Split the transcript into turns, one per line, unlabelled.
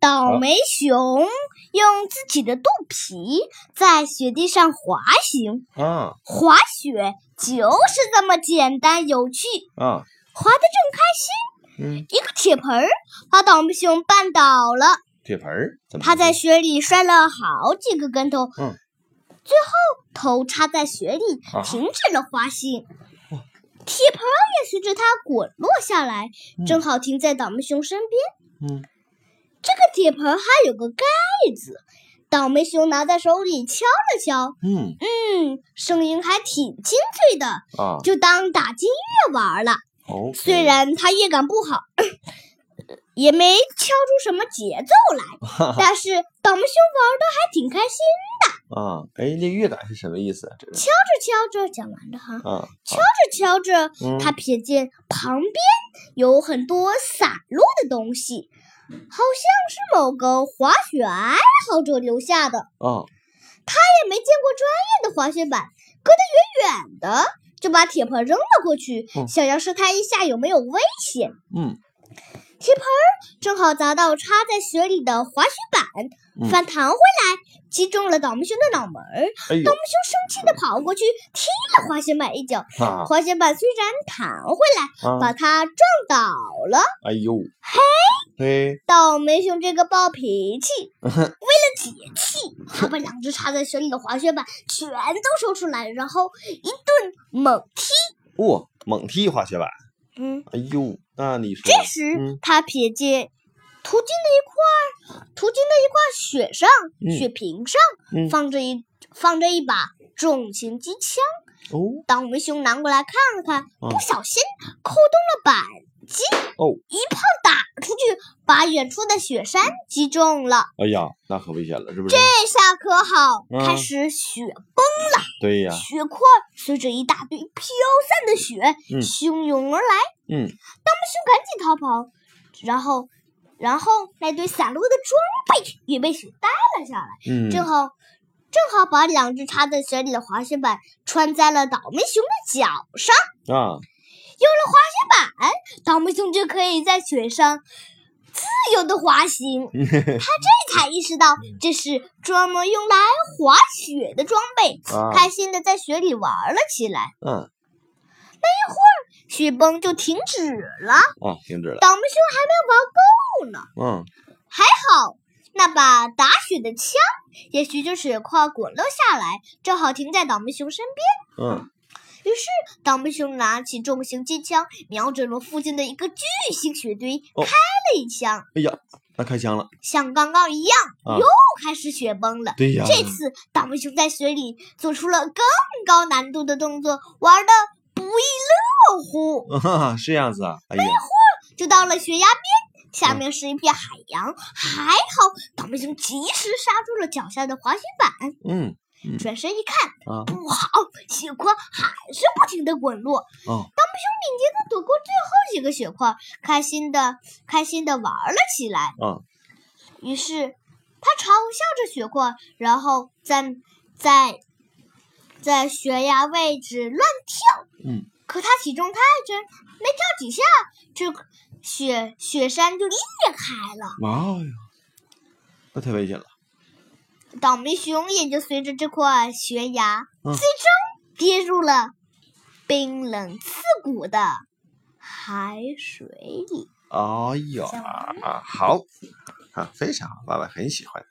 倒霉熊用自己的肚皮在雪地上滑行，
啊
滑雪就是这么简单有趣。
啊，
滑得正开心，
嗯，
一个铁盆儿把倒霉熊绊倒了，
铁盆儿怎么？
他在雪里摔了好几个跟头，
嗯
最后头插在雪里
啊，
停止了滑行。铁盆儿也随着它滚落下来，正好停在倒霉熊身边。
嗯
这个铁盆还有个盖子，倒霉熊拿在手里敲了敲，
嗯
嗯，声音还挺清脆的，
啊，
就当打击乐玩了。
哦，
虽然它乐感不好， 也没敲出什么节奏来，但是倒霉熊玩的还挺开心。
啊，哎，这乐感是什么意思啊？这是
敲着敲着，讲完了哈，
啊，
敲着敲
嗯
着，他瞥见旁边有很多散落的东西，好像是某个滑雪爱好者留下的。
啊
也没见过专业的滑雪板，隔得远远的就把铁盆扔了过去，
嗯
想要试探一下有没有危险。
嗯
铁盆儿正好砸到插在雪里的滑雪
嗯
板，反弹回来，击中了倒霉熊的脑门儿。
哎
倒霉熊
呦
生气的跑过去，踢了滑雪板一脚。
啊
滑雪板虽然弹回来，
啊
把，它撞倒了。
哎呦，哎嘿，
倒霉熊这个暴脾气，
嗯
为了解气，他把两只插在雪里的滑雪板全都收出来，然后一顿猛踢。
哇，猛踢滑雪板，
嗯，
哎呦，那你说，
这时、
嗯
他瞥见途经的一块，途经的一块雪上、
嗯
雪屏上、
嗯
放着一放着一把重型机枪。
哦
倒霉熊拿过来看了看，
嗯
不小心扣动了扳机，
哦，
打出去把远处的雪山击中了。
哎呀，那可危险了，是不是？
这下可好，
嗯啊
开始雪
对呀，
雪块随着一大堆飘散的雪、
嗯
汹涌而来，赶
嗯
紧逃跑。然后，然后那堆散落的装备也被雪带了下来，
嗯，
正好正好把两只插在雪里的滑雪板穿在了倒霉熊的脚上。
啊，
有了滑雪板，倒霉熊就可以在雪上自由的滑 行。这才意识到
嗯
这是专门用来滑雪的装备，
啊
开心的在雪里玩了起来。
嗯
雪崩就停止了，
啊，停止了，
倒霉熊还没玩够呢。
嗯
好，那把打雪的枪也随着雪块滚落下来，正好停在倒霉熊身边。
嗯，
于是，倒霉熊拿起重型机枪，瞄准了附近的一个巨型雪堆，
哦
开了一枪。
哎呀，那开枪了，
像刚刚一样，
啊
又开始雪崩了。
对呀，
这次倒霉熊在水里做出了更高难度的动作，玩的不亦乐乎。
啊，是这样子啊，哎呀，
就到了悬崖边，下面是一片海洋，还好倒霉熊及时刹住了脚下的滑雪板，
嗯
转身一看，
啊
不好，雪块还是不停的滚落。
哦
他躲过最后几个雪块，开心的开心的玩了起来。
啊，
于是他嘲笑着雪块，然后在在在悬崖位置乱跳。
嗯，
可他体重太重，没跳几下，这个雪雪山就裂开了。
哇哟，哎那太危险了，
倒霉熊也就随着这块悬崖，
嗯
最终跌入了冰冷刺骨的海水里。
哎呦，啊好，啊，非常好，爸爸很喜欢。